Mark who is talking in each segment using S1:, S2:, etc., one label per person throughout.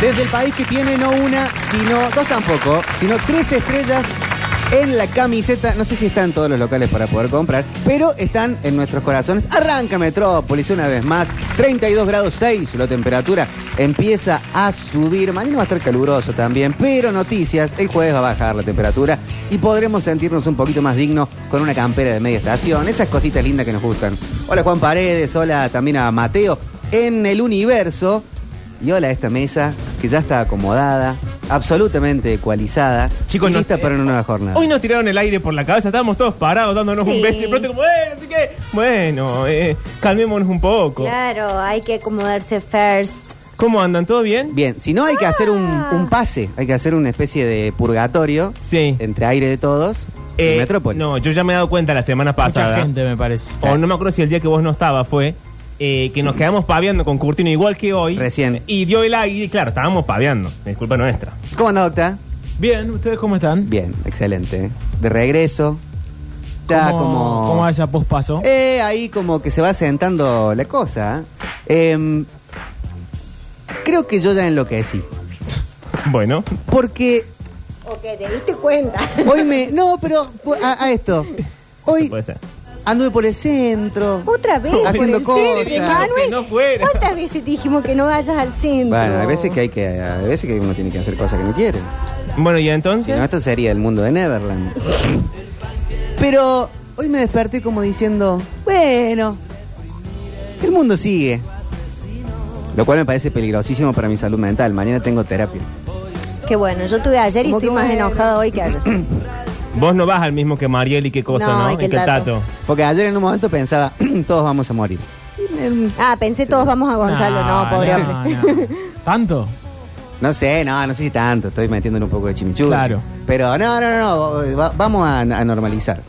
S1: Desde el país que tiene no una, sino dos tampoco, sino tres estrellas en la camiseta. No sé si están en todos los locales para poder comprar, pero están en nuestros corazones. Arranca Metrópolis una vez más. 32 grados 6 la temperatura. Empieza a subir. Mañana va a estar caluroso también, pero noticias. El jueves va a bajar la temperatura y podremos sentirnos un poquito más dignos con una campera de media estación. Esas cositas lindas que nos gustan. Hola Juan Paredes, hola también a Mateo en el universo. Y hola a esta mesa que ya está acomodada, absolutamente ecualizada,
S2: Chicos,
S1: y
S2: no- Eh,
S1: lista para una nueva jornada.
S2: Hoy nos tiraron el aire por la cabeza, estábamos todos parados dándonos
S3: Sí.
S2: un beso y de pronto como, eh, no sé qué. Bueno, eh, calmémonos un poco.
S3: Claro, hay que acomodarse first.
S2: ¿Cómo andan? ¿Todo bien?
S1: Bien, si no hay que hacer un,
S2: Ah.
S1: un pase, hay que hacer una especie de purgatorio
S2: Sí.
S1: entre aire de todos
S2: Eh,
S1: y Metrópolis.
S2: No, yo ya me he dado cuenta la semana pasada.
S4: Mucha gente, me parece.
S2: O no me acuerdo si el día que vos no estabas fue eh, que nos quedamos paviando con Curtino igual que hoy.
S1: Mm. Recién.
S2: Y dio el aire, y claro, estábamos paviando. Es culpa nuestra.
S1: ¿Cómo anda, Octa?
S4: Bien, ¿ustedes cómo están?
S1: Bien, excelente. De regreso. Ya
S4: ¿Cómo,
S1: como.
S4: ¿Cómo va esa pospaso?
S1: Eh, ahí como que se va sentando la cosa. Em, creo que yo ya enloquecí.
S2: Bueno.
S1: Porque
S3: O que te diste cuenta.
S1: hoy me. No, pero a, a esto. Hoy
S2: Puede ser.
S1: anduve por el centro.
S3: Otra vez.
S1: Haciendo
S3: por el
S1: cosas.
S3: centro,
S2: Que
S3: Manuel,
S2: no fuera.
S3: ¿Cuántas veces te dijimos que no vayas al centro?
S1: Bueno, hay veces que hay que. A veces que uno tiene que hacer cosas que no quiere.
S2: Bueno, y
S1: Si
S2: entonces.
S1: no, esto sería el mundo de Neverland. Pero hoy me desperté como diciendo, bueno, el mundo sigue. Lo cual me parece peligrosísimo para mi salud mental. Mañana tengo terapia.
S3: Que bueno, yo tuve ayer y
S1: Como
S3: estoy
S1: que
S3: más
S1: bueno.
S3: enojada hoy que ayer.
S2: Vos no vas al mismo que Mariel y qué cosa,
S3: No,
S2: ¿no?
S3: y que el
S2: el
S3: Tato.
S1: Porque ayer en un momento pensaba, todos vamos a morir.
S3: Ah, pensé todos vamos a Gonzalo. No, pobre
S4: no,
S3: hombre.
S4: no. ¿Tanto?
S1: No sé, no, no sé si tanto. Estoy metiéndole un poco de chimichurri.
S4: Claro.
S1: Pero no, no, no, no, va- vamos a, a normalizar.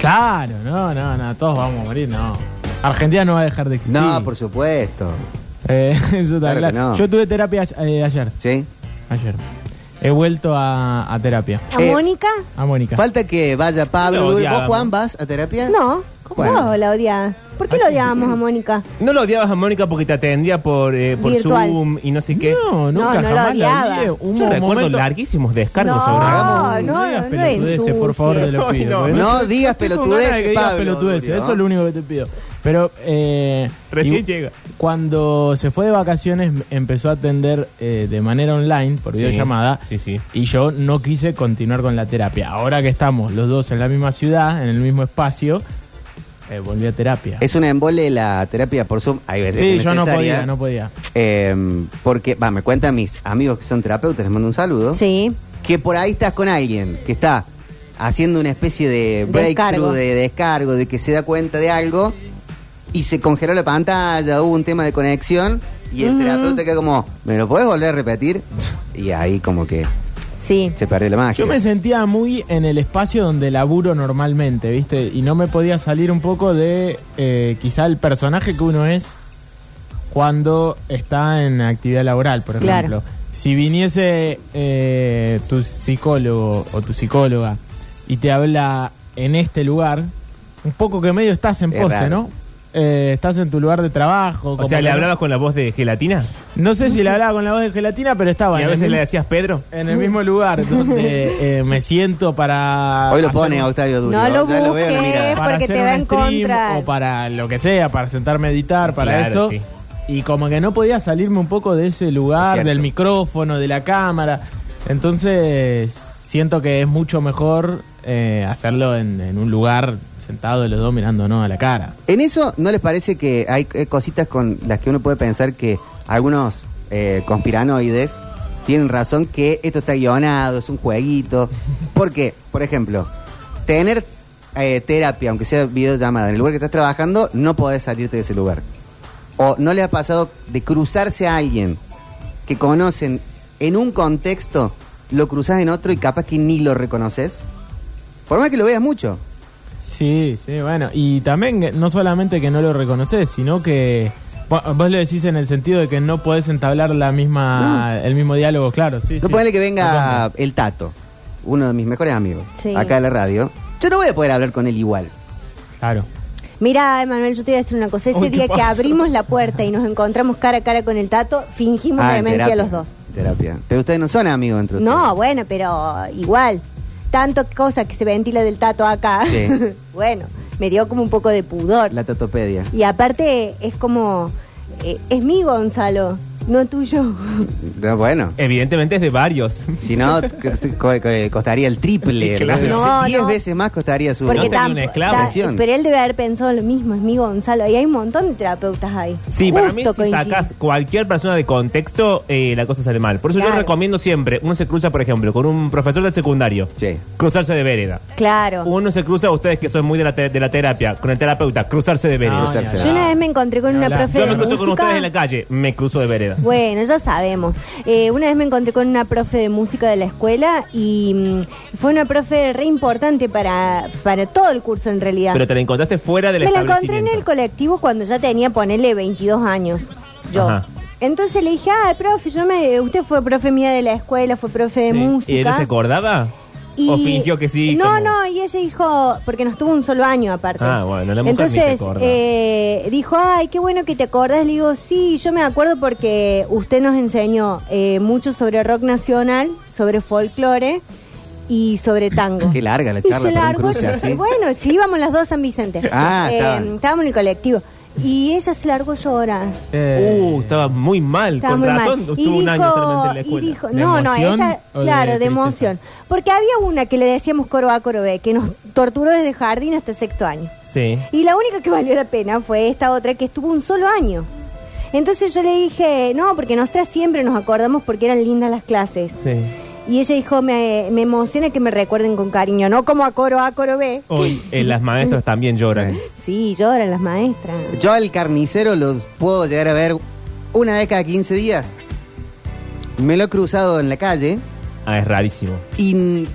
S4: Claro, no, no, no, todos vamos a morir, no. Argentina no va a dejar de existir.
S1: No, por supuesto.
S4: Eh, eso
S1: Claro
S4: está
S1: que
S4: claro.
S1: no.
S4: Yo tuve terapia a- eh, ayer,
S1: ¿Sí?
S4: ayer. He vuelto a, a terapia,
S3: ¿A
S1: Eh,
S3: Mónica?
S4: a Mónica.
S1: Falta que vaya
S2: Lo
S1: Pablo. Duro. ¿Vos,
S2: odiábamos.
S1: Juan, vas a terapia?
S3: No. ¿Cómo
S1: Bueno.
S3: vos la odias? ¿Por qué la odiábamos a Mónica?
S2: No lo odiabas a Mónica porque te atendía por, eh, por
S3: Virtual.
S2: Zoom y no sé qué.
S4: No,
S3: No,
S4: nunca
S3: no lo
S4: jamás la
S3: odiaba.
S4: odié.
S2: Yo
S4: Un
S2: recuerdo
S4: momento-
S2: larguísimos descargos
S3: No,
S2: sobre
S4: Ah,
S3: no, no,
S4: digas
S3: no
S4: pelotudeces, por favor, te lo
S2: ensucies.
S4: pido.
S2: Ay,
S1: No digas
S4: Estoy con
S1: pelotudeces,
S4: ganas de que digas
S1: Pablo,
S4: pelotudeces,
S1: Durio.
S4: Eso es lo único que te pido. Pero eh,
S2: Recién
S4: y-
S2: llega.
S4: Cuando se fue de vacaciones m- empezó a atender eh, de manera online por
S2: Sí,
S4: videollamada.
S2: sí, sí.
S4: Y yo no quise continuar con la terapia. Ahora que estamos los dos en la misma ciudad, en el mismo espacio, eh, volví a terapia.
S1: Es una embole la terapia por Zoom. Hay veces que
S4: sí,
S1: es
S4: yo no
S1: necesaria.
S4: podía, no podía.
S1: Eh, porque, va, me cuentan mis amigos que son terapeutas, les mando un saludo.
S3: Sí.
S1: Que por ahí estás con alguien que está haciendo una especie de
S3: Descargo.
S1: breakthrough, de descargo, de que se da cuenta de algo y se congeló la pantalla, hubo un tema de conexión y el terapeuta queda como, ¿me lo podés volver a repetir? Y ahí como que
S3: Sí.
S1: se perdió la magia.
S4: Yo me sentía muy en el espacio donde laburo normalmente, ¿viste? Y no me podía salir un poco de eh, quizá el personaje que uno es cuando está en actividad laboral, por
S3: Claro.
S4: ejemplo. Si viniese eh, tu psicólogo o tu psicóloga y te habla en este lugar, un poco que medio estás en
S1: Es
S4: pose,
S1: raro.
S4: ¿no? Eh, estás en tu lugar de trabajo.
S2: O sea,
S4: como
S2: ¿le
S4: que-
S2: hablabas con la voz de gelatina?
S4: No sé si le hablaba con la voz de gelatina, pero estaba
S2: y a
S4: en el
S2: veces le
S4: mismo-
S2: decías Pedro.
S4: en el mismo lugar donde eh, me siento para.
S1: Hoy lo
S4: hacer
S1: pone
S4: un-
S1: Octavio Duro.
S3: No lo
S1: en la
S3: busques.
S1: mirada.
S4: para
S3: porque
S4: hacer
S3: te
S4: un
S3: va en
S4: stream
S3: contra.
S4: O para lo que sea, para sentarme a editar, para
S2: Claro,
S4: eso.
S2: sí.
S4: Y como que no podía salirme un poco de ese
S1: Es
S4: lugar,
S1: cierto.
S4: del micrófono, de la cámara. Entonces, siento que es mucho mejor eh, hacerlo en, en un lugar sentado los dos mirándonos a la cara.
S1: En eso, ¿no les parece que hay eh, cositas con las que uno puede pensar que algunos eh, conspiranoides tienen razón que esto está guionado, es un jueguito? Porque, por ejemplo, tener eh, terapia, aunque sea videollamada, en el lugar que estás trabajando, no podés salirte de ese lugar. ¿O no les ha pasado de cruzarse a alguien que conocen en un contexto, lo cruzás en otro y capaz que ni lo reconoces? Por más que lo veas mucho.
S4: Sí, sí, bueno. Y también, eh, no solamente que no lo reconoces, sino que. vo- Vos lo decís en el sentido de que no podés entablar la misma,
S3: Ah.
S4: el mismo diálogo, claro. Sí,
S1: No
S4: sí.
S1: ponele que
S4: Acá
S1: venga el Tato, uno de mis mejores amigos,
S3: Sí.
S1: acá de la radio. Yo no voy a poder hablar con él igual.
S4: está. Claro.
S3: Mira, Emanuel, yo te iba a decir una cosa. Ese
S2: Uy, ¿qué
S3: día que
S2: pasó?
S3: abrimos la puerta y nos encontramos cara a cara con el tato, fingimos
S1: Ah, en
S3: demencia
S1: terapia.
S3: los dos.
S1: terapia. Pero ustedes no son amigos entre ustedes.
S3: No, bueno, pero igual. Tanto cosa que se ventila del tato acá.
S1: Sí.
S3: bueno, me dio como un poco de pudor.
S1: La tatopedia.
S3: Y aparte es como... eh, es mi Gonzalo, no tuyo.
S1: No, bueno.
S2: Evidentemente es de varios.
S1: Si no, co- co- costaría el triple.
S2: Claro.
S3: No,
S1: Diez
S3: no.
S1: veces más costaría su...
S2: no
S3: Porque
S2: sería
S3: tam-
S2: un esclavo.
S3: ta-
S1: Sesión.
S3: pero él debe haber pensado lo mismo, es mi Gonzalo. Y hay un montón de terapeutas ahí.
S2: Sí, para mí si
S3: Justo coincide.
S2: sacas cualquier persona de contexto, eh, la cosa sale mal. Por eso yo
S3: Claro.
S2: recomiendo siempre, uno se cruza, por ejemplo, con un profesor del secundario,
S1: Sí.
S2: cruzarse de vereda.
S3: Claro.
S2: Uno se cruza, ustedes que son muy de la, te- de la terapia, con el terapeuta, cruzarse de vereda.
S1: No, Cruzarse.
S3: Yo una vez me encontré con
S4: Ni
S3: una
S4: hablar.
S3: profe
S2: yo
S3: de
S2: me cruzo con
S3: música.
S2: ustedes en la calle, me cruzo de vereda.
S3: Bueno, ya sabemos. Eh, una vez me encontré con una profe de música de la escuela y mm, fue una profe re importante para, para todo el curso en realidad.
S2: Pero te la encontraste fuera del
S3: me la encontré en
S2: establecimiento.
S3: el colectivo cuando ya tenía, ponele, 22 años. Yo.
S2: Ajá.
S3: Entonces le dije, ah, profe, yo me, usted fue profe mía de la escuela, fue profe de
S2: Sí.
S3: música.
S2: ¿Y él se acordaba?
S3: Y-
S2: ¿O fingió que sí?
S3: No,
S2: como-
S3: no, y ella dijo, porque nos tuvo un solo año aparte.
S2: Ah, bueno, la mujer
S3: Entonces,
S2: ni se acuerda.
S3: eh, dijo, ay, qué bueno que te acordás. Le digo, sí, yo me acuerdo porque usted nos enseñó eh, mucho sobre rock nacional, sobre folclore y sobre tango.
S1: Qué larga la
S3: Y
S1: charla
S3: se
S1: para un
S3: largó,
S1: cruce así.
S3: Bueno, sí, íbamos las dos a San Vicente.
S1: Ah,
S3: Eh,
S1: estaban.
S3: Estábamos en el colectivo. Y ella se largó llorando.
S4: Eh,
S2: Uh, estaba muy mal,
S3: Estaba
S2: con
S3: muy mal.
S2: razón. Estuvo un año solamente en la escuela.
S3: y dijo-
S4: ¿De
S3: no, no,
S4: emoción
S3: ella,
S4: o de
S3: claro, de,
S4: tristeza?
S3: emoción. Porque había una que le decíamos coro A, coro B, que nos torturó desde jardín hasta sexto año.
S2: Sí.
S3: Y la única que valió la pena fue esta otra que estuvo un solo año. Entonces yo le dije, no, porque nosotras siempre nos acordamos porque eran lindas las clases.
S2: Sí.
S3: Y ella dijo, me, me emociona que me recuerden con cariño, no como a coro A, coro B.
S2: Hoy eh, las maestras también lloran.
S3: Sí, lloran las maestras.
S1: Yo al carnicero lo puedo llegar a ver una vez cada 15 días. Me lo he cruzado en la calle
S2: Ah, es rarísimo.
S1: y n-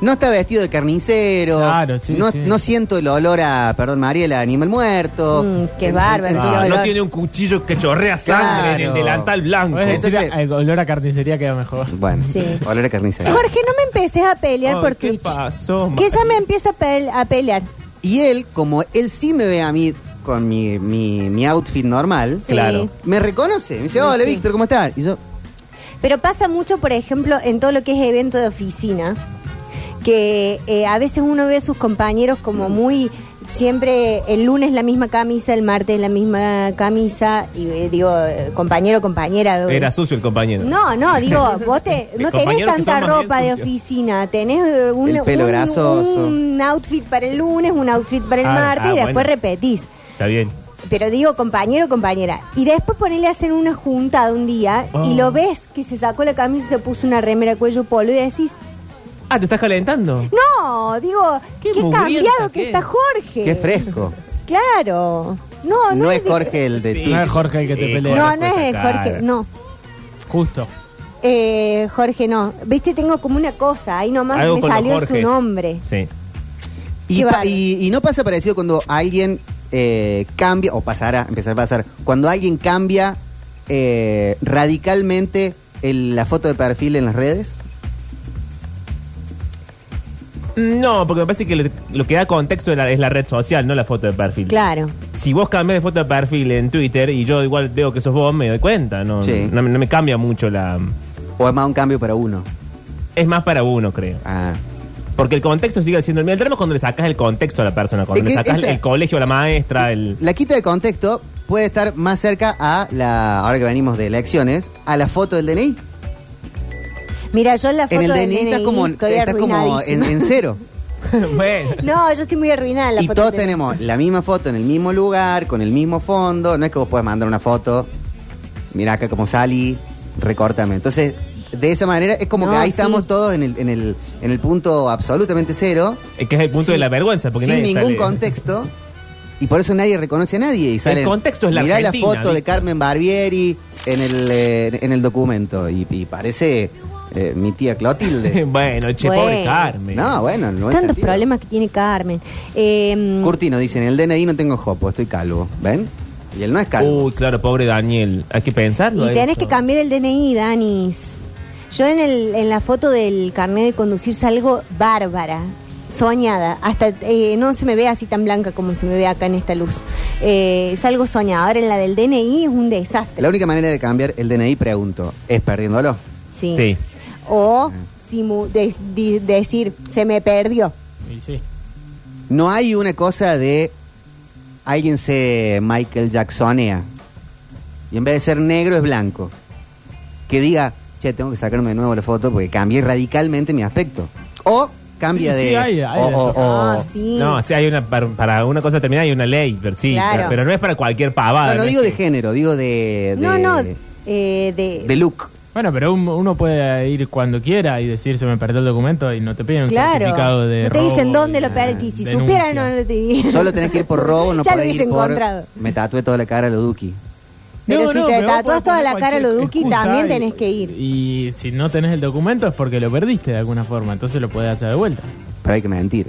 S1: no está vestido de carnicero.
S4: Claro, sí,
S1: no,
S4: sí.
S1: no siento el olor a, perdón, Mariela, animal muerto.
S3: Mm, qué
S1: En-
S3: bárbaro,
S1: en-
S3: sí,
S2: Ah,
S1: en-
S2: no
S3: olor.
S2: tiene un cuchillo que chorrea sangre en el
S1: Claro.
S2: delantal
S3: Uh,
S2: blanco.
S4: puedes decir,
S1: Entonces-
S4: ah, el olor a carnicería queda mejor.
S1: Bueno,
S3: Sí.
S1: olor a carnicero.
S3: Jorge, no me empeces a pelear
S2: Ay,
S3: por
S2: ¿Qué
S3: Twitch.
S2: pasó?
S3: Que ella
S2: Mari?
S3: me empieza a, pel- a pelear.
S1: Y él, como él sí me ve a mí con mi, mi, mi outfit normal,
S3: Sí.
S2: Claro.
S1: me reconoce. Me dice, hola
S3: Sí.
S1: Víctor, ¿cómo estás? Y yo,
S3: Pero pasa mucho, por ejemplo, en todo lo que es evento de oficina, que eh, a veces uno ve a sus compañeros como muy siempre el lunes la misma camisa, el martes la misma camisa, y eh, digo, eh, compañero, compañera. eh,
S2: Era sucio el compañero.
S3: no, no, digo, vos te-
S2: De
S3: no tenés
S2: compañeros que
S3: tanta
S2: son más bien
S3: ropa de
S2: sucios.
S3: oficina, tenés eh, un,
S1: El pelo
S3: un-
S1: grasoso.
S3: un outfit para el lunes, un outfit para el
S2: Ah,
S3: martes
S2: ah,
S3: y después
S2: bueno.
S3: repetís.
S2: Está bien.
S3: Pero digo compañero, compañera. Y después ponerle a hacer una junta de un día
S2: Oh.
S3: y lo ves que se sacó la camisa y se puso una remera cuello polo y decís,
S2: Ah, ¿te estás calentando?
S3: no, digo, qué,
S2: Qué mugrienta
S3: cambiado que
S2: que
S3: está
S2: es.
S3: Jorge.
S1: qué fresco.
S3: Claro. No, no,
S1: No es
S3: de-
S1: Jorge el de
S2: Sí.
S1: Twitch.
S4: No es Jorge el que te
S2: Sí,
S4: pelea.
S3: No,
S2: Eh, Jorge
S3: no es
S2: esa cara.
S3: Jorge, no.
S4: Justo.
S3: Eh, Jorge, no. Viste, tengo como una cosa, ahí nomás
S2: Algo
S3: me
S2: con los
S3: salió su
S2: Jorges.
S3: nombre.
S2: Sí.
S1: Y,
S3: Qué
S1: pa-
S3: bárbaro.
S1: y- y no pasa parecido cuando alguien eh, cambia, o pasará, empezar a pasar, cuando alguien cambia eh, radicalmente el- la foto de perfil en las redes.
S2: No, porque me parece que lo, lo que da contexto es la, es la red social, no la foto de perfil.
S3: Claro.
S2: Si vos cambias de foto de perfil en Twitter y yo igual veo que sos vos, me doy cuenta. No,
S1: Sí.
S2: no, no me cambia mucho la.
S1: O es más un cambio para uno.
S2: Es más para uno, creo.
S1: Ah.
S2: Porque el contexto sigue siendo el mismo. El drama es cuando le sacas el contexto a la persona, cuando
S1: Es
S2: le
S1: que
S2: sacas
S1: esa-
S2: el colegio a la maestra, el.
S1: La quita de contexto puede estar más cerca a la, ahora que venimos de elecciones, a la foto del DNI.
S3: Mira, yo en la foto
S1: En el
S3: del
S1: DNI, estás como,
S3: estoy
S1: estás como en,
S3: arruinadísima.
S1: en cero.
S2: bueno.
S3: No, yo estoy muy arruinada en la
S1: Y
S3: foto
S1: todos
S3: del-
S1: tenemos la misma foto en el mismo lugar, con el mismo fondo. No es que vos puedas mandar una foto. Mirá acá como salí, recórtame. Entonces, de esa manera es como
S3: No,
S1: que ahí
S3: sí.
S1: estamos todos en el, en el, en el punto absolutamente cero.
S2: Es que es el punto
S1: Sin-
S2: de la vergüenza, porque
S1: sin
S2: nadie
S1: ningún
S2: sale.
S1: contexto. Y por eso nadie reconoce a nadie. Y salen,
S2: contexto es la
S1: Mirá
S2: Argentina,
S1: la foto de
S2: ¿viste?
S1: Carmen Barbieri en el, eh, en el documento. Y, y parece eh, mi tía Clotilde.
S2: bueno, che,
S3: Bueno.
S2: pobre Carmen.
S1: no, bueno, no es
S3: Tantos problemas que tiene Carmen. Eh,
S1: Curtino dice, en el DNI no tengo jopo, estoy calvo. ¿Ven? Y él no es calvo.
S2: Uy, claro, pobre Daniel. Hay que pensarlo. eh.
S3: y tenés
S2: eso.
S3: que cambiar el DNI, Danis. Yo en, el, en la foto del carnet de conducir salgo bárbara. soñada. Hasta eh, no se me ve así tan blanca como se me ve acá en esta luz. Eh, es algo soñado. Ahora en la del DNI es un desastre.
S1: La única manera de cambiar el DNI, pregunto, es perdiéndolo.
S3: Sí.
S2: Sí.
S3: O simu- de- di- decir, se me perdió.
S4: Y sí.
S1: No hay una cosa de alguien se Michael Jacksonea y en vez de ser negro es blanco. Que diga, che, tengo que sacarme de nuevo la foto porque cambié radicalmente mi aspecto. O cambia
S4: Sí,
S1: de.
S4: sí, hay- hay
S1: o-
S4: eso.
S1: o- o-
S3: Ah, sí.
S2: No, sí, hay una, para, para una cosa determinada hay una ley, pero sí,
S3: Claro.
S2: pero, pero no es para cualquier pavada.
S1: No, no
S2: es
S1: digo de
S2: que-
S1: género, digo de. de-
S3: no, no, eh, de-
S1: De look.
S4: Bueno, pero un- uno puede ir cuando quiera y decir se me perdió el documento y no te piden un certificado
S3: Claro.
S4: de
S3: No te dicen
S4: robo
S3: dónde
S4: y
S3: lo
S4: de
S3: perdí. Si
S4: denuncia.
S3: supieran, no lo te dirían.
S1: Solo tenés que ir por robo, no
S3: Ya lo
S1: podés
S3: hubiese
S1: ir por.
S3: encontrado.
S1: Me tatué toda la cara a lo Duki.
S3: Pero si te
S4: vos
S3: tatuás
S4: podés
S3: toda
S4: poner
S3: la cara a lo
S4: cualquier
S3: Duki,
S4: excusa
S3: también
S4: y-
S3: tenés que ir.
S4: Y si no tenés el documento es porque lo perdiste de alguna forma, entonces lo podés hacer de vuelta.
S1: Pero hay que mentir.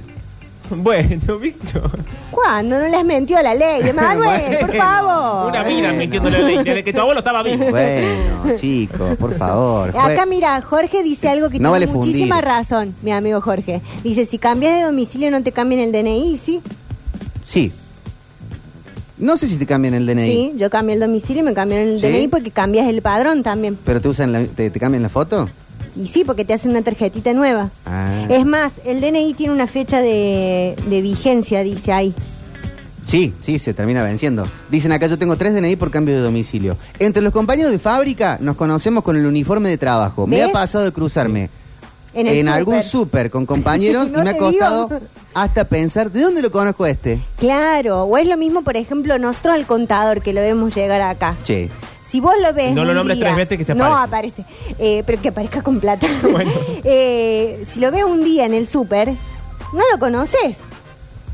S2: Bueno, Víctor.
S3: ¿Cuándo? No le has mentido a la ley. Emanuel, por
S1: Bueno.
S3: favor.
S2: Una mina
S1: bueno.
S2: metiéndole la ley, desde que tu abuelo estaba vivo.
S1: Bueno, chicos, por favor. jue-
S3: Acá mira, Jorge dice algo que
S1: No
S3: tiene
S1: vale
S3: muchísima
S1: fundir.
S3: razón, mi amigo Jorge. Dice, si cambias de domicilio no te cambian el DNI, ¿sí?
S1: Sí. No sé si te cambian el DNI.
S3: Sí, yo cambié el domicilio y me cambiaron el
S1: ¿Sí?
S3: DNI porque cambias el padrón también.
S1: ¿Pero te usan la- te, te cambian la foto?
S3: Y sí, porque te hacen una tarjetita nueva.
S1: Ah.
S3: Es más, el DNI tiene una fecha de, de vigencia, dice ahí.
S1: Sí, sí, se termina venciendo. Dicen acá, yo tengo tres DNI por cambio de domicilio. Entre los compañeros de fábrica nos conocemos con el uniforme de trabajo. Me
S3: ¿Ves?
S1: ha pasado de cruzarme en,
S3: En, el súper.
S1: algún súper con compañeros
S3: No
S1: y me ha
S3: te
S1: costado
S3: digo.
S1: hasta pensar, ¿de dónde lo conozco a este?
S3: Claro, o es lo mismo, por ejemplo, nosotros al contador que lo vemos llegar acá.
S1: Che,
S3: Si vos lo ves.
S2: No lo
S3: un
S2: nombres
S3: día-
S2: tres veces que se
S3: No aparece. Eh, pero que aparezca con plata. Eh, si lo ves un día en el súper, no lo conoces.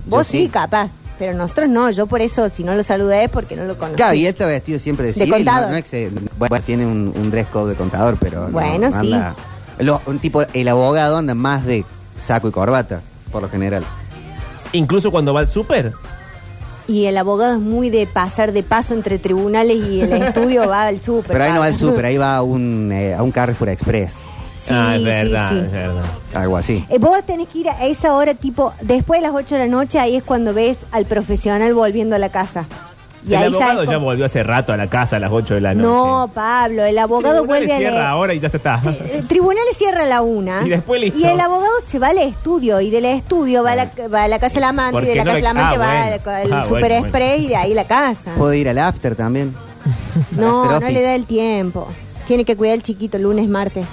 S3: Vos
S1: Yo sí.
S3: sí. capaz. Pero nosotros no. Yo por eso, si no lo saludé, es porque no lo conocí.
S1: claro, y él está vestido siempre de
S3: De
S1: civil. no,
S3: contador.
S1: no es que se- bueno, tiene un, un dress code de contador, pero no-
S3: Bueno,
S1: no anda- Lo- un tipo, el abogado anda más de saco y corbata, por lo general.
S2: Incluso cuando va al súper.
S3: Y el abogado es muy de pasar de paso entre tribunales y el estudio va al súper.
S1: Pero, ahí no va al
S3: al
S1: súper, ahí va a un, eh, a un Carrefour Express,
S3: Sí,
S2: ah, es
S3: sí,
S2: verdad,
S3: sí.
S2: es verdad.
S1: algo así.
S3: Eh, Vos tenés que ir a esa hora, tipo, después de las 8 de la noche, ahí es cuando ves al profesional volviendo a la casa. Y
S2: el
S3: ahí
S2: abogado
S3: sabes
S2: ya
S3: cómo-
S2: volvió hace rato a la casa a las 8 de la noche.
S3: No, Pablo, el
S2: El
S3: abogado
S2: tribunal
S3: vuelve a
S2: cierra
S3: leer.
S2: ahora y ya se está.
S3: Eh, Tribunales cierra a la una.
S2: Y después listo. Ah.
S3: Y el abogado se va al estudio. Y del estudio va a la, va a la casa del amante. Y de
S2: Porque
S3: la
S2: no
S3: casa del
S2: le-
S3: amante
S2: ah,
S3: va
S2: bueno.
S3: al, al
S2: Ah, bueno,
S3: super
S2: bueno.
S3: express y de ahí la casa.
S1: Puedo ir al after también.
S3: Ah. No,
S1: After
S3: no
S1: office.
S3: le da el tiempo. Tiene que cuidar al chiquito lunes, martes.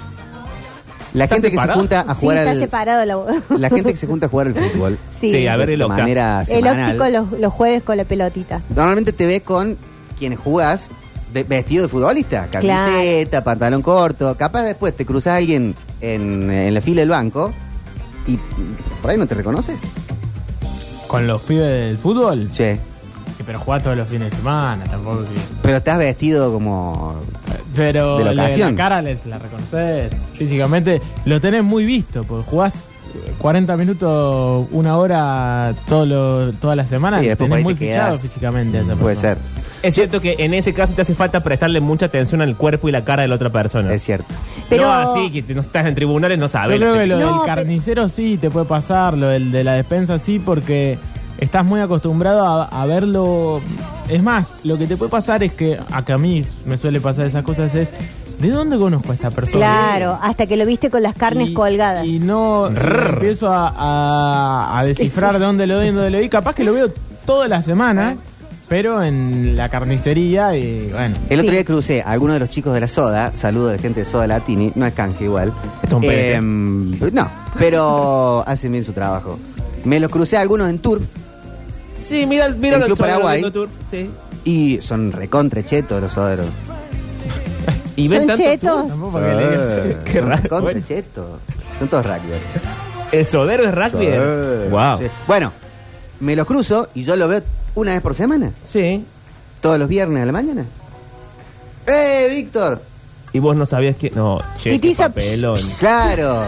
S1: La
S2: ¿Está
S1: gente que se
S2: separado?
S1: junta a
S3: Sí,
S1: jugar
S3: está
S1: al
S3: separado el abogado.
S1: la gente que se junta a jugar al fútbol.
S3: Sí.
S2: Sí, a ver el
S1: de
S2: octa.
S1: manera
S3: El
S1: semanal.
S3: óptico los, los jueves con la pelotita.
S1: Normalmente te ves con quienes jugás de- vestido de futbolista, camiseta, pantalón corto. Capaz después te cruzas a alguien en, en la fila del banco y por ahí no te reconoces.
S4: Con los pibes del fútbol,
S1: Che,
S4: que pero jugás todos los fines de semana, tampoco que-
S1: pero estás vestido como
S4: Pero
S1: De la
S4: la,
S1: ocasión.
S4: la cara les la reconoces físicamente, lo tenés muy visto, porque jugás 40 minutos, una hora todo lo- toda la semana,
S1: Y
S4: lo
S1: después por
S4: tenés
S1: ahí
S4: muy
S1: te
S4: fichado
S1: quedás.
S4: físicamente a esa
S1: puede
S4: persona.
S1: ser,
S2: Es cierto que en ese caso te hace falta prestarle mucha atención al cuerpo y la cara de la otra persona.
S1: es cierto.
S3: Pero-
S2: No así, que te- no estás en tribunales, no
S4: Yo
S2: sabes.
S4: creo que lo
S3: No,
S4: del
S3: pero-
S4: carnicero sí te puede pasar, lo del de la despensa sí, porque estás muy acostumbrado a, a verlo. Es más, lo que te puede pasar es que, a que a mí me suele pasar esas cosas, es ¿de dónde conozco a esta persona?
S3: Claro, hasta que lo viste con las carnes
S4: Y-
S3: colgadas.
S4: Y no empiezo a, a- a descifrar
S3: Jesús.
S4: dónde lo doy, dónde lo doy. Capaz que lo veo toda la semana,
S3: Ah.
S4: pero en la carnicería y bueno.
S1: El otro
S3: Sí.
S1: día crucé a alguno de los chicos de la Soda, saludo de gente de Soda Latini, no es canje igual.
S2: Esto es un pedete.
S1: Em, no, pero hacen bien su trabajo. Me los crucé a algunos en Tour
S2: Sí, mira, mira
S1: En
S2: el
S1: Club
S2: sol,
S1: Paraguay.
S2: el Tour, sí.
S1: y son recontrechetos los soderos.
S2: Y ven
S3: Son
S2: tanto
S3: chetos.
S4: Tampoco para que le digas.
S1: Ah,
S2: Qué
S1: son
S2: raro.
S1: recontrechetos. Son todos rugbyers.
S2: tú. El sodero es rugby. ¿eh?
S1: Sí.
S2: Wow.
S1: Sí. Bueno, me los cruzo y yo lo veo una vez por semana,
S2: sí.
S1: todos los viernes a la mañana. ¡Eh, Víctor!
S2: Y vos no sabías que. No, che,
S3: Y te
S2: qué
S3: hizo-
S2: papelón.
S1: Claro.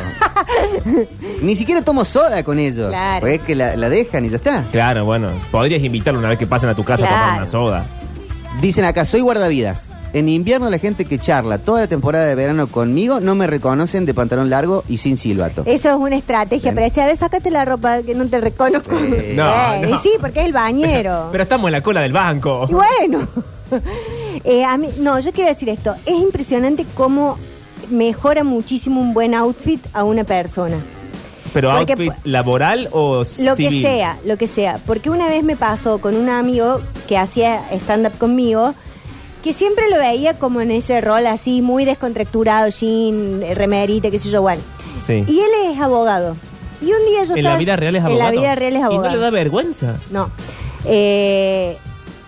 S1: Ni siquiera tomo soda con ellos.
S3: Claro.
S1: Porque es que la, la dejan y ya está.
S2: Claro, bueno. Podrías invitarlo una vez que pasen a tu casa a tomar
S3: Claro.
S2: una soda.
S1: Dicen acá, soy guardavidas. En invierno la gente que charla toda la temporada de verano conmigo no me reconocen de pantalón largo y sin silbato.
S3: Eso es una estrategia,
S1: Bien.
S3: pero decía, a ver, sácate la ropa que no te reconozco.
S1: Sí.
S2: No,
S3: Eh,
S2: no.
S3: Y sí, porque es el bañero.
S2: Pero estamos en la cola del banco.
S3: Y bueno. Eh, a mí- no, yo quiero decir esto. Es impresionante cómo mejora muchísimo un buen outfit a una persona.
S2: Pero
S3: Porque
S2: outfit
S3: pu-
S2: laboral o civil.
S3: Lo que sea, lo que sea. Porque una vez me pasó con un amigo que hacía stand-up conmigo, que siempre lo veía como en ese rol así, muy descontracturado, jean, eh, remerita, qué sé yo, bueno.
S2: Sí.
S3: Y él es abogado. Y un día yo
S2: en
S3: estaba-
S2: la vida real es
S3: En
S2: abogado.
S3: la vida real es abogado.
S2: Y no le da vergüenza.
S3: No. Eh,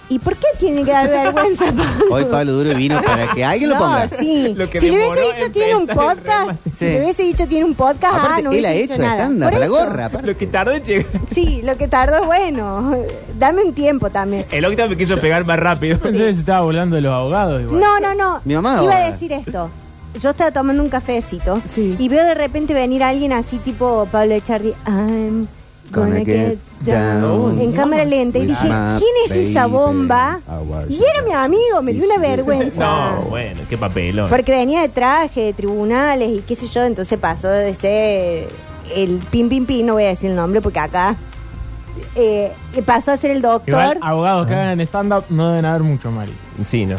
S3: ¿Y por qué tiene que dar vergüenza, Pablo?
S1: Hoy Pablo Duro vino para que alguien lo ponga.
S3: No, sí.
S2: Lo que
S3: si le hubiese
S2: demoró
S3: dicho tiene un
S2: empezar el
S3: podcast,
S2: remate.
S3: si le
S1: Sí.
S3: hubiese dicho tiene un podcast, ah,
S1: Aparte,
S3: no
S1: él ha
S3: hubiese
S1: hecho
S3: nada.
S1: estándar,
S3: Por
S1: la
S3: eso.
S1: gorra. aparte.
S2: Lo que tardó en llegar.
S3: Sí, lo que tardó, bueno, dame un tiempo también.
S2: El octavo me quiso pegar más rápido.
S4: Pensé que se estaba volando de los abogados igual.
S3: No, no, no.
S1: Mi mamá
S3: Iba
S1: ahora.
S3: a decir esto. Yo estaba tomando un cafecito
S4: Sí.
S3: y veo de repente venir alguien así tipo Pablo Echarri. I'm gonna get down. En cámara lenta. Y dije, ¿quién es esa bomba?
S1: Ah,
S3: Y era mi amigo, me dio una vergüenza.
S2: No, bueno, qué papelón.
S3: Porque venía de traje, de tribunales y qué sé yo, entonces pasó de ser el pim pim pim, no voy a decir el nombre porque acá eh, pasó a ser el doctor,
S4: Igual, abogados que hagan stand-up no deben haber mucho, Mari.
S2: Sí, no.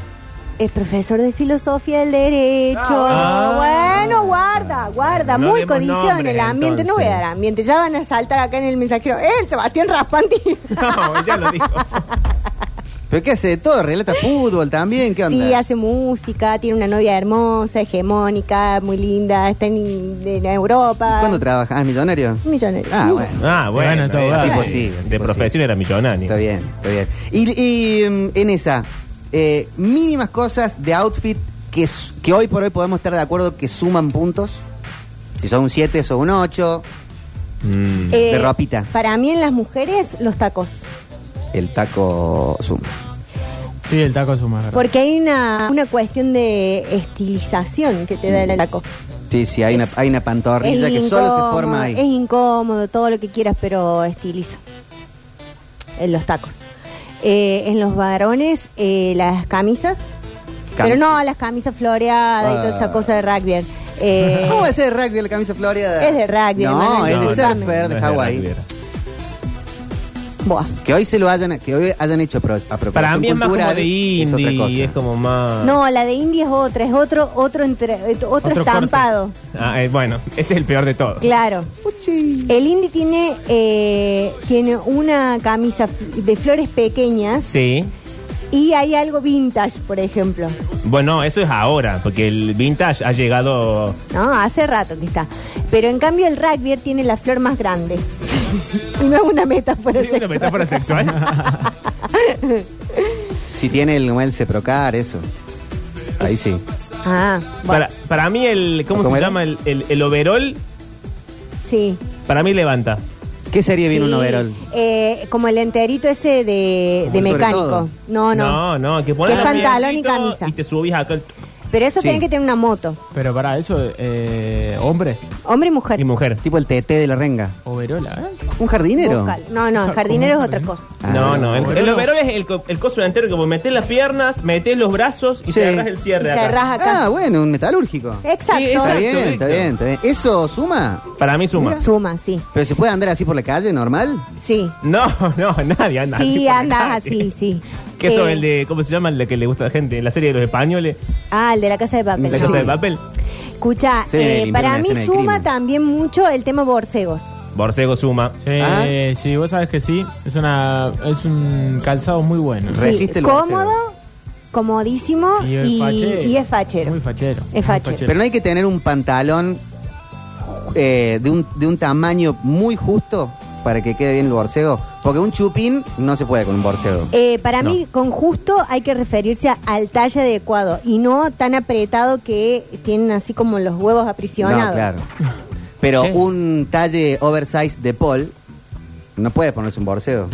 S3: el profesor de filosofía del derecho.
S2: Ah.
S3: bueno, guarda, guarda,
S2: No
S3: muy
S2: demos
S3: codición
S2: nombres,
S3: el ambiente, no voy a dar
S2: entonces.
S3: ambiente, ya van a saltar acá en el mensajero, ¡eh, el Sebastián Raspanti!
S2: No, ya lo dijo.
S1: ¿Pero qué hace de todo? ¿Relata fútbol también? ¿Qué onda?
S3: Sí, hace música, tiene una novia hermosa, hegemónica, muy linda, está en, en Europa.
S1: ¿Cuándo trabaja? Ah, ¿es millonario?
S3: Millonario.
S1: Ah, bueno.
S2: Ah, bueno,
S4: Bueno, es abogado.
S2: eh,
S4: Sí,
S1: pues sí, sí,
S2: De
S1: pues
S2: profesión era millonario.
S1: Está bien, está bien. Y, y, mm, en esa, eh, mínimas cosas de outfit que, s- que hoy por hoy podemos estar de acuerdo que suman puntos. Si son un 7, son un 8.
S2: Mm.
S1: De ropita.
S3: Eh, Para mí en las mujeres, los tacos.
S1: El taco suma.
S4: Sí, el taco es un más grande.
S3: Porque hay una, una cuestión de estilización que te
S1: Mm.
S3: da el taco.
S1: Sí, sí, hay,
S3: Es-
S1: una, hay una pantorrilla
S3: Es
S1: que solo se
S3: incómodo,
S1: forma ahí.
S3: Es incómodo, todo lo que quieras, pero estiliza. En los tacos. Eh, en los varones, eh, las camisas. Pero
S1: Camisas.
S3: no las camisas floreadas y toda
S1: Ah.
S3: esa cosa de rugby. Eh,
S1: ¿Cómo va a ser de rugby la camisa floreada?
S3: Es de rugby,
S1: No,
S3: hermano,
S1: es de
S3: discúlpame.
S1: surfer de
S2: No es
S1: Hawái.
S2: rugby.
S3: buah.
S1: Que hoy se lo hayan, que hoy hayan hecho pro- apropiación
S2: Para mí es más como
S1: cultural,
S2: de
S1: es otra cosa.
S2: indie, es como más...
S3: No, la de India es otra, es otro, otro, entre, eh, otro,
S4: corte.
S3: estampado.
S2: Ah, eh, bueno, ese es el peor de todos.
S3: Claro. El Indy tiene, eh, tiene una camisa de flores pequeñas
S2: Sí.
S3: y hay algo vintage, por ejemplo.
S2: Bueno, eso es ahora, porque el vintage ha llegado...
S3: No, hace rato que está. Pero en cambio el rugby tiene la flor más grande. y no es una metáfora.
S2: ¿Es una
S3: sexual.
S2: metáfora sexual?
S1: Si tiene el, el Ceprocar, eso. Ahí sí.
S3: Ah, bueno,
S2: para, para mí el... ¿Cómo,
S1: ¿Cómo
S2: se
S1: era?
S2: llama? El, el, el overall,
S3: sí.
S2: para mí levanta.
S1: ¿Qué sería bien un
S3: sí.
S1: overall?
S3: Eh, como el enterito ese de, de
S1: Como el sobre
S3: mecánico.
S1: todo.
S3: No, no,
S2: No, no, que pones
S3: Que
S2: el
S3: pantalón y
S2: piecito
S3: camisa.
S2: Y te subís acá el-
S3: Pero eso
S1: Sí.
S3: tiene que tener una moto.
S4: Pero para eso, eh, hombre,
S3: Hombre y mujer.
S2: y mujer.
S1: Tipo el TT de la renga.
S4: overola, ¿eh?
S1: ¿Un jardinero?
S3: Búscalo. No, no, el jardinero es otra cosa.
S1: Ah,
S2: no, no, el,
S4: bueno,
S2: el
S4: no.
S2: overall es el, co- el coso delantero que vos metés las piernas, metés los brazos y
S1: Sí.
S2: cerrás el
S3: Y
S2: cierre acá.
S3: cerrás acá.
S1: Ah, bueno, un metalúrgico.
S3: Exacto.
S2: Sí,
S1: Está
S2: esa- Exacto,
S1: bien, está
S2: Víctor.
S1: bien, está bien. ¿Eso suma?
S2: Para mí suma.
S3: Suma, sí.
S1: ¿Pero se puede andar así por la calle, normal?
S3: Sí.
S2: No, no, nadie anda así por
S3: Sí,
S2: la
S3: andas
S2: calle.
S3: así, sí.
S2: Que eso
S3: Eh,
S2: es el de, ¿cómo se llama? El de que le gusta a la gente, la serie de los españoles,
S3: Ah, el de la casa de papel.
S2: la
S1: Sí.
S2: casa de papel.
S3: Escucha,
S1: Sí,
S3: eh,
S1: limpiar
S3: para
S1: una
S3: mí
S1: escena de
S3: suma
S1: crimen.
S3: también mucho el tema borcegos.
S2: Borcego suma.
S4: Sí,
S1: Ah.
S4: sí, vos sabés que sí. Es, una, es un calzado muy bueno.
S1: Re- Resiste el
S3: cómodo,
S1: borcego.
S3: comodísimo y, y es fachero.
S4: Muy fachero.
S3: Es
S4: muy
S3: fachero.
S1: Pero no hay que tener un pantalón eh, de, un, de un tamaño muy justo para que quede bien el borcego. Porque un chupín no se puede con un borcego.
S3: Eh, para
S2: No.
S3: mí, con justo hay que referirse a- al talle adecuado y no tan apretado que tienen así como los huevos aprisionados.
S1: No, claro. Pero un talle oversize de Paul no puede ponerse un borcego.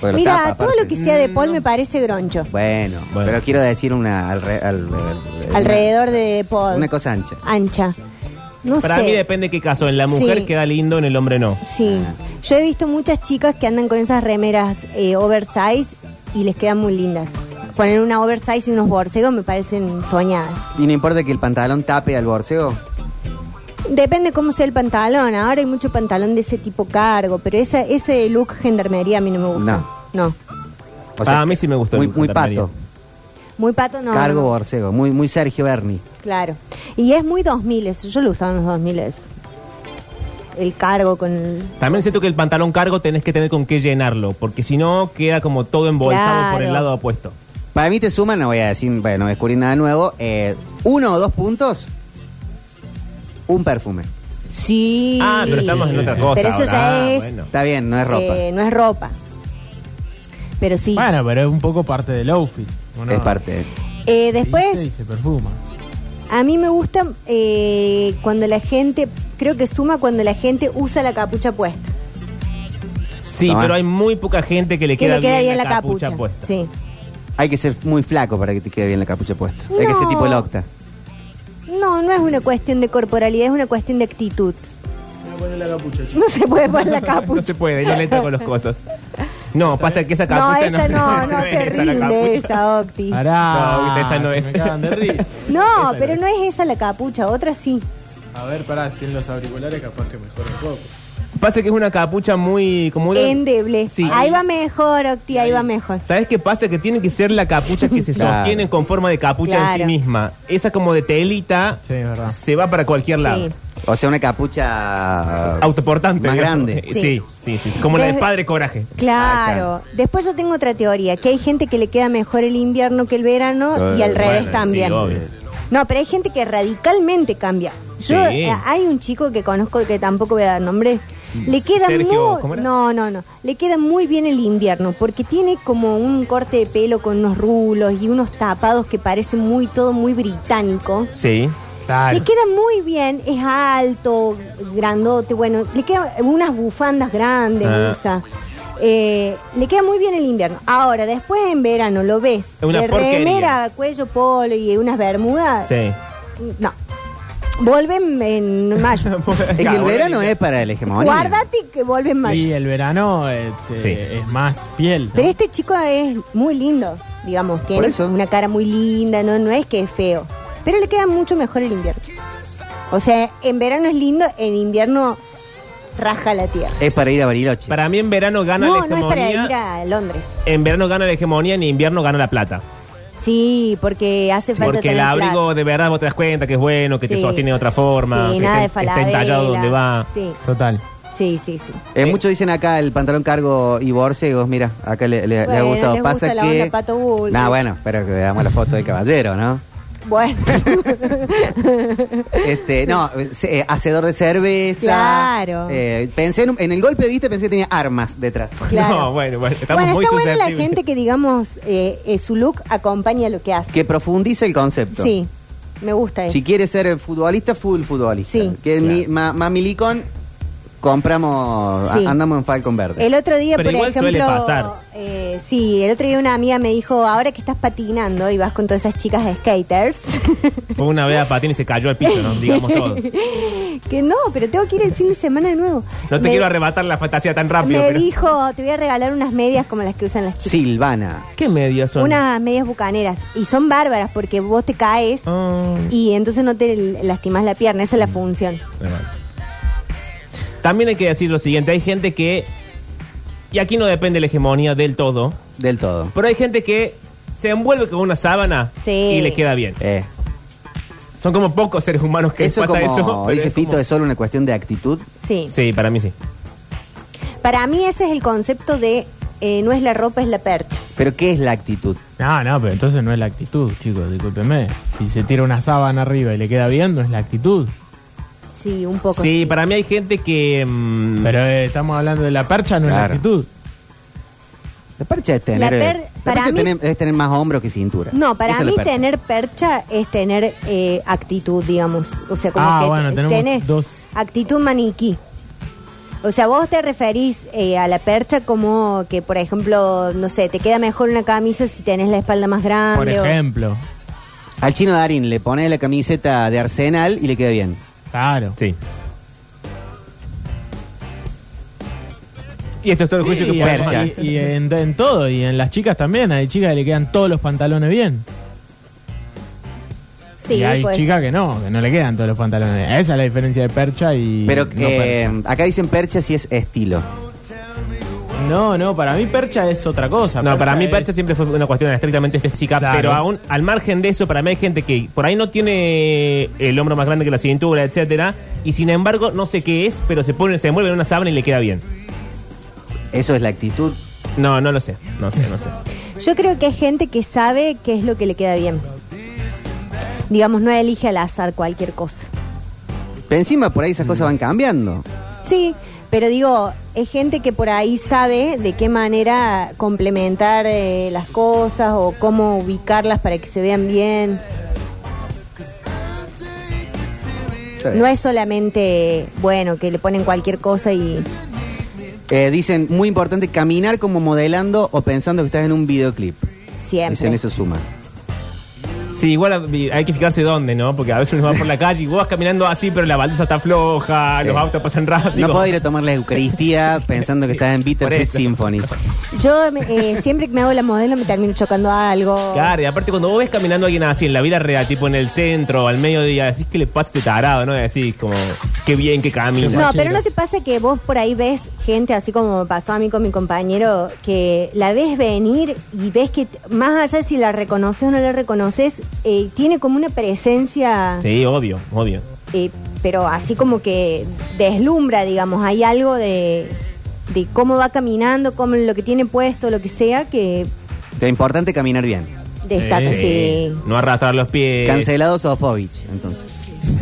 S1: Porque lo
S3: Mira,
S1: tapa,
S3: todo
S1: aparte.
S3: lo que sea de Paul me parece groncho.
S1: Bueno,
S2: Bueno.
S1: pero quiero decir una alre- al- al-
S3: Alrededor de
S1: una,
S3: Paul.
S1: una cosa ancha.
S3: ancha. No
S2: Para
S3: sé.
S2: mí depende qué caso. En la mujer
S3: Sí.
S2: queda lindo, en el hombre no.
S3: Sí. Yo he visto muchas chicas que andan con esas remeras eh, oversize y les quedan muy lindas. poner una oversize y unos borcegos me parecen soñadas.
S1: Y no importa que el pantalón tape al borcego.
S3: Depende cómo sea el pantalón. Ahora hay mucho pantalón de ese tipo cargo, pero esa, ese look gendarmería a mí no me gusta. No.
S1: O
S2: Ah, a mí sí me gustó el
S1: Muy, muy
S2: gendarmería.
S1: pato.
S3: Muy pato no.
S1: Cargo
S3: no.
S1: borcego. Muy, muy Sergio Berni.
S3: Claro. Y es muy 2000 eso. Yo lo usaba en los 2000 eso. El cargo con el...
S2: También siento que el pantalón cargo tenés que tener con qué llenarlo, porque si no queda como todo embolsado por el
S3: Claro.
S2: lado opuesto.
S1: Para mí te suman, no voy a decir, bueno, no descubrí nada nuevo. eh, uno o dos puntos, un perfume.
S3: Sí.
S2: Ah, pero estamos en otra cosa.
S3: Pero eso
S2: ahora.
S3: ya
S2: Ah,
S3: es...
S2: bueno.
S1: Está bien, no es ropa.
S3: eh, no es ropa. Pero sí.
S4: Bueno, pero es un poco parte del outfit. ¿o no?
S1: Es parte.
S3: Eh,
S4: Viste Y
S3: después,
S4: se perfuma.
S3: a mí me gusta eh, cuando la gente, creo que suma cuando la gente usa la capucha puesta.
S2: Sí,
S1: No,
S2: pero
S1: eh.
S2: hay muy poca gente que le
S3: Que
S2: queda,
S3: le queda
S2: bien, la
S3: capucha.
S2: capucha, puesta.
S3: Sí.
S1: Hay que ser muy flaco para que te quede bien la capucha puesta. Hay que ser
S3: No.
S1: tipo el octa.
S3: No, no es una cuestión de corporalidad, es una cuestión de actitud. No se puede poner la
S2: No
S3: capucha.
S2: se puede, no le entra con los cosas. No, pasa que esa
S3: No,
S2: capucha
S3: esa no, no,
S2: es esa la
S3: terrible
S2: capucha.
S3: esa, Octi.
S4: Pará.
S2: No, esa no
S4: se
S2: es.
S4: me cagan de risa.
S3: No, pero no es esa la capucha, otra sí.
S4: A ver, pará, si en los auriculares capaz que mejor un poco.
S2: Pasa que es una capucha muy. Como una-
S3: Endeble.
S2: Sí.
S3: Ahí va mejor, Octi, ahí va mejor.
S2: ¿Sabes qué pasa? Que tiene que ser la capucha que se
S1: Claro.
S2: sostienen con forma de capucha en
S3: Claro.
S2: sí misma. Esa como de telita
S4: Sí, es verdad.
S2: se va para cualquier lado.
S3: Sí.
S1: O sea, una capucha. eh,
S2: Autoportante.
S1: Más
S2: digamos.
S1: grande.
S2: Sí, sí, sí. sí. Como la
S3: Desde-
S2: de Padre Coraje.
S3: Claro. Después yo tengo otra teoría, que hay gente que le queda mejor el invierno que el verano y al
S1: Eh,
S3: revés
S2: Bueno,
S3: también.
S2: sí, obvio.
S3: no, pero hay gente que radicalmente cambia. Yo,
S2: Sí.
S3: eh, hay un chico que conozco que tampoco voy a dar nombre. Le queda
S2: Sergio,
S3: muy
S2: ¿cómo era?
S3: no, no, no. Le queda muy bien el invierno porque tiene como un corte de pelo con unos rulos y unos tapados que parece muy todo muy británico.
S2: Sí.
S4: Claro.
S3: Le queda muy bien, es alto, grandote, bueno, le quedan unas bufandas grandes,
S2: Ah.
S3: usa. Eh, le queda muy bien el invierno. Ahora, después en verano lo ves.
S2: Es una
S3: de
S2: porquería.
S3: remera, cuello, polo y unas bermudas.
S2: Sí.
S3: No. Vuelven en mayo.
S1: Es que el verano es para el hegemonía.
S3: Guárdate que vuelve en mayo.
S4: Y el verano este,
S2: Sí.
S4: es más piel. ¿no?
S3: Pero este chico es muy lindo, digamos. Tiene
S1: eso.
S3: una cara muy linda, no, no es que es feo. Pero le queda mucho mejor el invierno. O sea, en verano es lindo, en invierno raja la tierra.
S1: Es para ir a Bariloche.
S2: Para mí en verano gana la
S3: No, no es para
S2: hegemonía.
S3: ir a Londres.
S2: En verano gana la hegemonía, en invierno gana la plata.
S3: Sí, porque hace falta
S2: Porque el
S3: tener
S2: abrigo de verdad vos te das cuenta que es bueno, que te
S3: Sí.
S2: sostiene de otra
S3: plata.
S2: forma,
S3: Sí,
S2: que
S3: nada de
S2: está, está entallado
S3: falabella.
S2: donde va.
S3: Sí,
S4: Total.
S3: sí, sí. sí.
S1: Eh, muchos dicen acá el pantalón cargo y borcegos, mira, acá le, le- le ha
S3: Bueno,
S1: gustado.
S3: les
S1: Pasa
S3: gusta la
S1: que.
S3: onda Pato Bullrich.
S1: Nah, bueno, espero que veamos la foto del caballero, ¿no?
S3: Bueno,
S1: Este, no, se- eh, hacedor de cerveza.
S3: Claro.
S1: Eh, pensé en, un- en el golpe de vista pensé que tenía armas detrás.
S3: claro.
S2: No, bueno, bueno, estamos
S3: bueno,
S2: muy
S3: está buena la
S2: susceptibles.
S3: gente que, digamos, eh, eh, su look acompaña lo que hace.
S1: Que profundice el concepto.
S3: Sí, me gusta eso.
S1: Si quieres ser futbolista, full futbolista.
S3: Sí.
S1: Que es
S2: Claro.
S1: mi, ma- mamilicón, compramos, a-
S3: Sí.
S1: andamos en Falcon Verde.
S3: El otro día,
S2: Pero
S3: por
S2: igual
S3: ejemplo,
S2: suele pasar.
S3: eh, sí, el otro día una amiga me dijo, ahora que estás patinando y vas con todas esas chicas skaters,
S2: Fue una vez a patín y se cayó al piso, ¿no? digamos todo. No
S3: que no, pero tengo que ir el fin de semana de nuevo.
S2: te
S3: Me-
S2: quiero arrebatar la fantasía tan rápido.
S3: Me
S2: pero-
S3: dijo, te voy a regalar unas medias como las que usan las chicas.
S1: Silvana.
S2: ¿Qué medias son?
S3: Unas medias bucaneras. Y son bárbaras porque vos te caes
S2: Ah.
S3: y entonces no te lastimas la pierna. Esa es la función.
S2: También hay que decir lo siguiente, hay gente que, y aquí no depende la hegemonía del todo,
S1: Del todo.
S2: pero hay gente que se envuelve con una sábana
S3: Sí.
S2: y le queda bien.
S1: Eh,
S2: Son como pocos seres humanos que
S1: eso como
S2: pasa eso. pero
S1: dice
S2: es como-
S1: Fito, es solo una cuestión de actitud.
S3: Sí.
S2: Sí, para mí sí.
S3: Para mí ese es el concepto de eh, no es la ropa, es la percha.
S1: Pero ¿qué es la actitud?
S4: No, no, pero entonces no es la actitud, chicos, discúlpenme. Si se tira una sábana arriba y le queda bien, no es la actitud.
S3: Sí, un poco.
S2: Sí, para mí hay gente que... mm,
S4: Pero eh, estamos hablando de la percha, no es
S1: Claro.
S4: la actitud.
S1: La percha es tener,
S3: La per-
S1: la
S3: para
S1: percha es
S3: mí-
S1: tener- es tener más hombro que cintura.
S3: No, para
S1: Esa es la
S3: mí
S1: percha.
S3: tener percha es tener eh, actitud, digamos. O sea, como
S4: Ah,
S3: que
S4: bueno,
S3: te-
S4: tenemos
S3: tenés
S4: dos.
S3: actitud maniquí. O sea, vos te referís eh, a la percha como que, por ejemplo, no sé, te queda mejor una camisa si tenés la espalda más grande.
S4: Por
S3: o-
S4: ejemplo.
S1: Al chino Darín le pone la camiseta de Arsenal y le queda bien.
S4: Claro.
S2: Sí. Y esto es todo el juicio
S4: Sí,
S2: que
S4: y,
S2: podemos
S1: percha.
S2: hacer.
S4: y- y en, en todo, y en las chicas también. Hay chicas que le quedan todos los pantalones bien.
S3: Sí,
S4: y hay
S3: pues.
S4: chicas que no, que no le quedan todos los pantalones bien. Esa es la diferencia de percha y.
S1: Pero
S4: no
S1: eh,
S4: percha.
S1: acá dicen percha si es estilo.
S4: No, no, para mí percha es otra cosa.
S2: No, para mí
S4: es-
S2: percha siempre fue una cuestión estrictamente estética,
S4: Claro.
S2: pero aún al margen de eso, para mí hay gente que por ahí no tiene el hombro más grande que la cintura, etcétera, y sin embargo no sé qué es, pero se pone, se envuelve en una sábana y le queda bien.
S1: Eso es la actitud.
S2: No, no lo sé, no sé, no sé.
S3: Yo creo que hay gente que sabe qué es lo que le queda bien. Digamos, no elige al azar cualquier cosa.
S1: Pero encima por ahí esas cosas van cambiando.
S3: Sí, pero digo, es gente que por ahí sabe de qué manera complementar eh, las cosas o cómo ubicarlas para que se vean bien. No es solamente, bueno, que le ponen cualquier cosa y...
S1: Eh, dicen, muy importante, caminar como modelando o pensando que estás en un videoclip.
S3: Siempre.
S1: Dicen, eso suma.
S2: Sí, igual hay que fijarse dónde, ¿no? Porque a veces uno va por la calle y vos vas caminando así, pero la baldosa está floja,
S1: Sí.
S2: los autos pasan rápido.
S1: No puedo ir a tomar la Eucaristía pensando que estás en Bittersweet
S2: Por eso.
S1: Symphony.
S3: Yo me- eh, siempre que me hago la modelo me termino chocando a algo.
S2: Claro, y aparte cuando vos ves caminando a alguien así en la vida real, tipo en el centro, al mediodía, decís que le pasa este tarado, ¿no? Y Decís como, qué bien que camina.
S3: No, pero no te pasa que vos por ahí ves gente, así como me pasó a mí con mi compañero, que la ves venir y ves que t- más allá de si la reconoces o no la reconoces, eh, tiene como una presencia,
S2: Sí, obvio, obvio.
S3: eh, pero así como que deslumbra, digamos, hay algo de, de cómo va caminando, cómo lo que tiene puesto, lo que sea, que
S1: Lo importante es caminar bien.
S3: destaca. Sí.
S2: No arrastrar los pies.
S1: Cancelado Sofovich, entonces.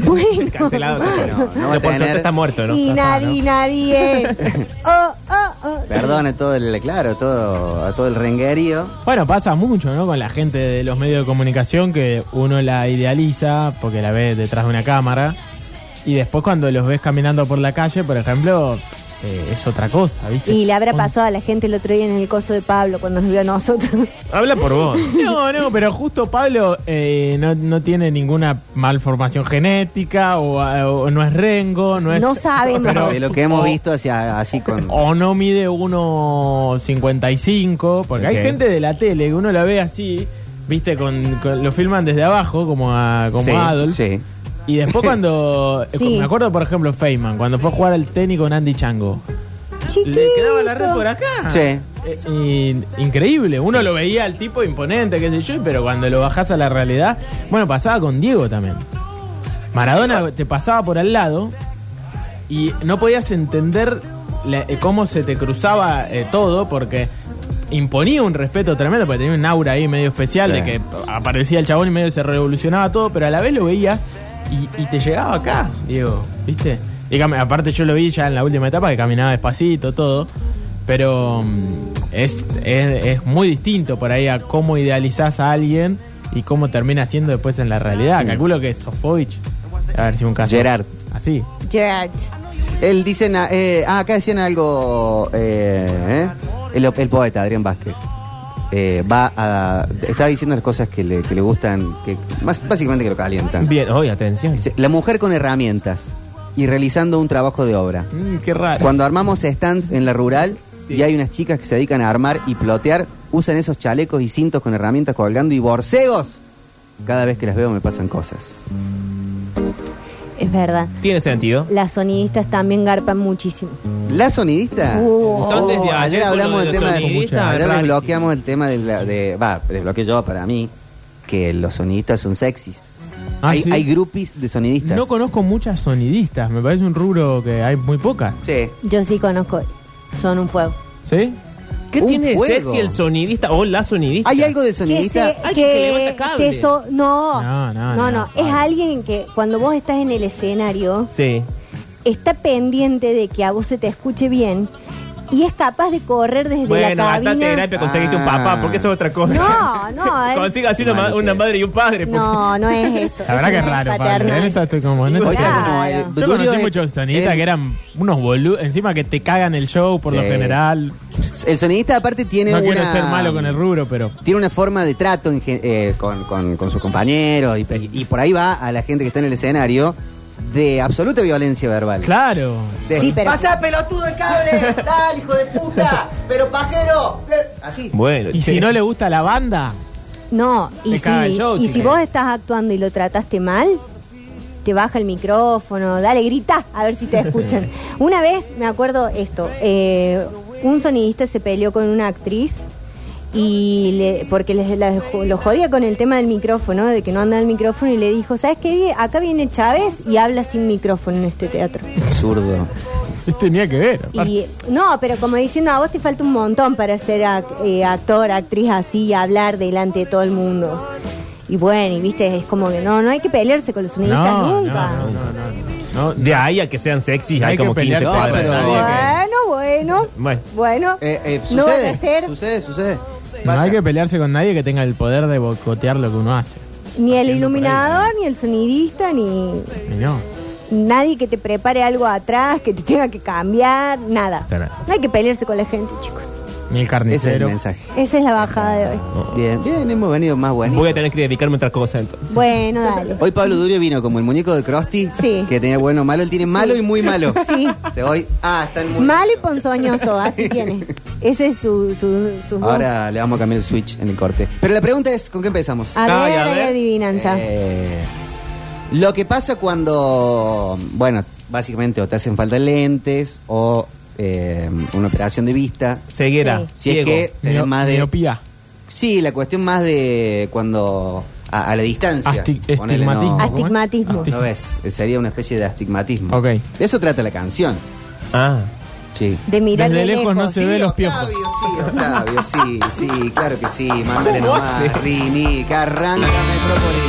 S3: Bueno.
S2: Cancelado.
S1: Bueno, no va a
S2: Ya por
S1: tener-
S2: suerte está muerto, ¿no?
S3: Y nadie, nadie. Oh, oh, oh.
S1: Perdone todo el, claro, todo, a todo el renguerío.
S4: Bueno, pasa mucho, ¿no? Con la gente de los medios de comunicación que uno la idealiza porque la ve detrás de una cámara. Y después cuando los ves caminando por la calle, por ejemplo, eh, es otra cosa, ¿viste?
S3: Y le habrá
S4: Un-
S3: pasado a la gente el otro día en el coso de Pablo cuando nos vio a nosotros.
S2: Habla por vos.
S4: No, no, pero justo Pablo eh, no, no tiene ninguna malformación genética o, a- o no es rengo, no es...
S3: No sabemos.
S4: pero-
S1: de lo que hemos
S4: o-
S1: visto hacia así con.
S4: O no mide 1.55, porque
S2: Ok.
S4: hay gente de la tele que uno la ve así, viste, con, con- lo filman desde abajo, como a como
S2: Sí,
S4: Adolf.
S1: Sí.
S4: Y después cuando, eh,
S3: Sí.
S4: me acuerdo por ejemplo Feynman, cuando fue a jugar al tenis con Andy Chango.
S3: Chiquito.
S4: Le quedaba la red por acá.
S1: Sí.
S4: Eh, y- increíble, uno lo veía al tipo imponente, qué sé yo, pero cuando lo bajás a la realidad, bueno, pasaba con Diego también. Maradona te pasaba por al lado y no podías entender la- eh, cómo se te cruzaba eh, todo porque imponía un respeto tremendo, porque tenía un aura ahí medio especial
S1: Sí.
S4: de que aparecía el chabón y medio se revolucionaba todo, pero a la vez lo veías y, y te llegaba acá, Diego, ¿viste? Y cam- aparte yo lo vi ya en la última etapa que caminaba despacito, todo, pero mm, es, es, es muy distinto por ahí a cómo idealizás a alguien y cómo termina siendo después en la realidad. Calculo que Sofovich, a ver si un caso.
S1: Gerard.
S4: Así.
S3: Gerard.
S1: Él dicen, ah, eh, ah, acá decían algo, eh, ¿eh? El, el poeta Adrián Vázquez. Eh, va a, está diciendo las cosas que le, que le gustan, que más, básicamente que lo calientan.
S2: Bien, oye, atención.
S1: Dice, La mujer con herramientas y realizando un trabajo de obra.
S4: Mm, qué raro.
S1: Cuando armamos stands en la rural y hay unas chicas que se dedican a armar y plotear, usan esos chalecos y cintos con herramientas colgando y borcegos. Cada vez que las veo me pasan cosas.
S3: Es verdad.
S2: Tiene sentido.
S3: Las sonidistas también garpan muchísimo.
S1: ¿La sonidista? Oh,
S3: Uh.
S2: Gustavo desde ayer
S1: ayer
S2: con
S1: hablamos
S2: lo
S1: del
S2: de
S1: tema
S2: los
S1: de,
S2: sonidistas,
S1: ayer
S2: rarísimo.
S1: desbloqueamos el tema de, la- de- va, desbloqueé yo para mí que los sonidistas son sexys.
S4: Ah,
S1: hay,
S4: ¿sí?
S1: hay grupis de sonidistas.
S4: No conozco muchas sonidistas, me parece un rubro que hay muy pocas.
S1: Sí.
S3: Yo sí conozco. Son un fuego.
S4: ¿Sí?
S2: ¿Qué
S1: Un
S2: tiene de
S1: juego.
S2: sexy el sonidista o la sonidista?
S1: Hay algo de
S3: Que
S1: sonidista.
S3: se-
S2: Alguien que levanta cable.
S3: que so- no,
S4: No, no, no,
S3: Es
S4: Pablo.
S3: alguien que cuando vos estás en el escenario
S2: Sí.
S3: está pendiente de que a vos se te escuche bien y es capaz de correr desde
S2: Bueno,
S3: la
S2: hasta
S3: cabina.
S2: terapia conseguiste un
S1: Ah.
S2: papá, porque eso es otra cosa.
S3: No, no, eh.
S2: Consiga así una, ma-
S1: Mal,
S2: una
S1: eh.
S2: madre y un padre. porque-
S3: No, no es eso. Eso
S4: La verdad que
S3: no
S4: es raro, Pablo.
S3: paternal.
S4: En esa estoy como... no
S1: Hoy
S4: estoy-
S1: está
S3: Claro.
S1: como, eh,
S4: Yo
S1: Durio
S4: conocí
S1: es-
S4: muchos sonidistas
S1: el-
S4: que eran unos boludos, encima que te cagan el show por lo
S1: Sí.
S4: general.
S1: El sonidista aparte tiene
S4: No
S1: una...
S4: quiero ser malo con el rubro, pero...
S1: Tiene una forma de trato en gen- eh, con, con- con sus compañeros y, y- y por ahí va a la gente que está en el escenario de absoluta violencia verbal.
S4: Claro.
S1: De,
S3: Sí, pero-
S1: "Pasá, pelotudo el cable! ¡Dale, hijo de puta! ¡Pero pajero! le-". Así.
S2: Bueno,
S4: Y
S2: che.
S4: si no le gusta la banda,
S3: No, y
S4: Te
S3: si,
S4: caga el show,
S3: y si
S4: chica.
S3: vos estás actuando y lo trataste mal, te baja el micrófono, dale, grita, a ver si te escuchan. una vez, me acuerdo esto, eh, un sonidista se peleó con una actriz y le- porque les, la- lo jodía con el tema del micrófono, de que no anda el micrófono, y le dijo, ¿sabes qué? Acá viene Chávez y habla sin micrófono en este teatro.
S1: Zurdo.
S4: tenía que ver. aparte.
S3: Y, no, pero como diciendo, a vos te falta un montón para ser ac- eh, actor, actriz así y hablar delante de todo el mundo. Y bueno, y viste, es como que no, no hay que pelearse con los sonidistas
S4: No, no,
S3: nunca.
S4: no, no, no, no.
S2: De ahí a que sean sexy, hay,
S4: Hay que
S2: como 15
S4: pelear
S1: No,
S2: cuadras.
S1: pero-
S3: Bueno, bueno,
S2: Bueno.
S3: bueno.
S1: Eh, eh,
S3: no vaya
S1: sucede,
S3: a ser
S1: sucede, sucede.
S4: No
S1: Pasa.
S4: hay que pelearse con nadie que tenga el poder de boicotear lo que uno hace.
S3: ni el
S4: haciendo
S3: iluminador, ni el sonidista, ni
S4: Y no.
S3: nadie que te prepare algo atrás, que te tenga que cambiar, nada.
S2: Claro.
S3: No hay que pelearse con la gente, chicos.
S4: Ni el
S1: Ese es el
S4: carnicero.
S1: mensaje.
S3: Esa es la bajada de hoy.
S1: Bien, bien, hemos venido más buenos.
S2: Voy a tener que dedicarme a otras cosas entonces.
S3: Bueno, dale.
S1: Hoy Pablo Durio vino como el muñeco de Krusty,
S3: Sí.
S1: que tenía bueno malo, él tiene malo y muy malo.
S3: Sí.
S1: O sea, hoy, ah, está el muy
S3: Malo y ponzoñoso, así tiene. Ese es su, su, sus dos.
S1: Ahora le vamos a cambiar el switch en el corte. Pero la pregunta es, ¿con qué empezamos?
S3: A
S2: Ay,
S3: ver,
S2: a
S3: hay
S2: ver.
S3: adivinanza.
S1: Eh, lo que pasa cuando, bueno, básicamente o te hacen falta lentes o eh, una operación de vista.
S2: Ceguera,
S3: Sí.
S1: Si
S2: ciego.
S1: es que tenés
S4: Mio-
S1: más de...
S4: miopía.
S1: Sí, la cuestión más de cuando... A, a la distancia.
S4: Asti-
S1: Ponele, no-
S4: estigmatismo. ¿cómo es?
S3: Astigmatismo.
S1: No Ah, ves, sería una especie de astigmatismo.
S4: Ok.
S1: De eso trata la canción.
S2: Ah,
S1: Sí.
S3: De mirar
S4: Desde
S3: de
S4: lejos
S3: lejos.
S4: no se- ve los
S1: Octavio,
S4: piojos.
S1: sí, Octavio, sí, sí, claro que sí. Mándale nomás, Rini, que arranca Metrópolis.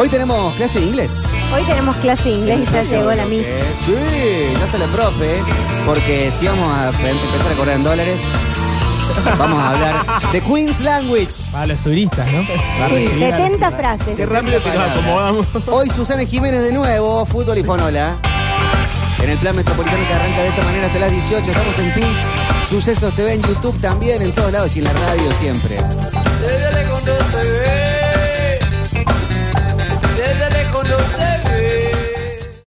S1: Hoy tenemos clase de inglés.
S3: Hoy tenemos clase de inglés y ya llegó la
S1: misma.
S3: misa.
S1: Sí, ya está la profe, porque si vamos a pre- empezar a correr en dólares, vamos a hablar de Queen's Language.
S4: Para los turistas, ¿no? Para
S3: Sí,
S4: recibir a los
S3: 70
S4: turistas.
S1: Qué
S3: frases.
S1: rápido
S2: que nos
S1: palabra.
S2: acomodamos.
S1: Hoy Susana Jiménez de nuevo, fútbol y fonola. En el plan metropolitano que arranca de esta manera hasta las 18. Estamos en Twitch, Sucesos TV, en YouTube también, en todos lados y en la radio siempre.
S5: Desde lejos no se ve, desde lejos no se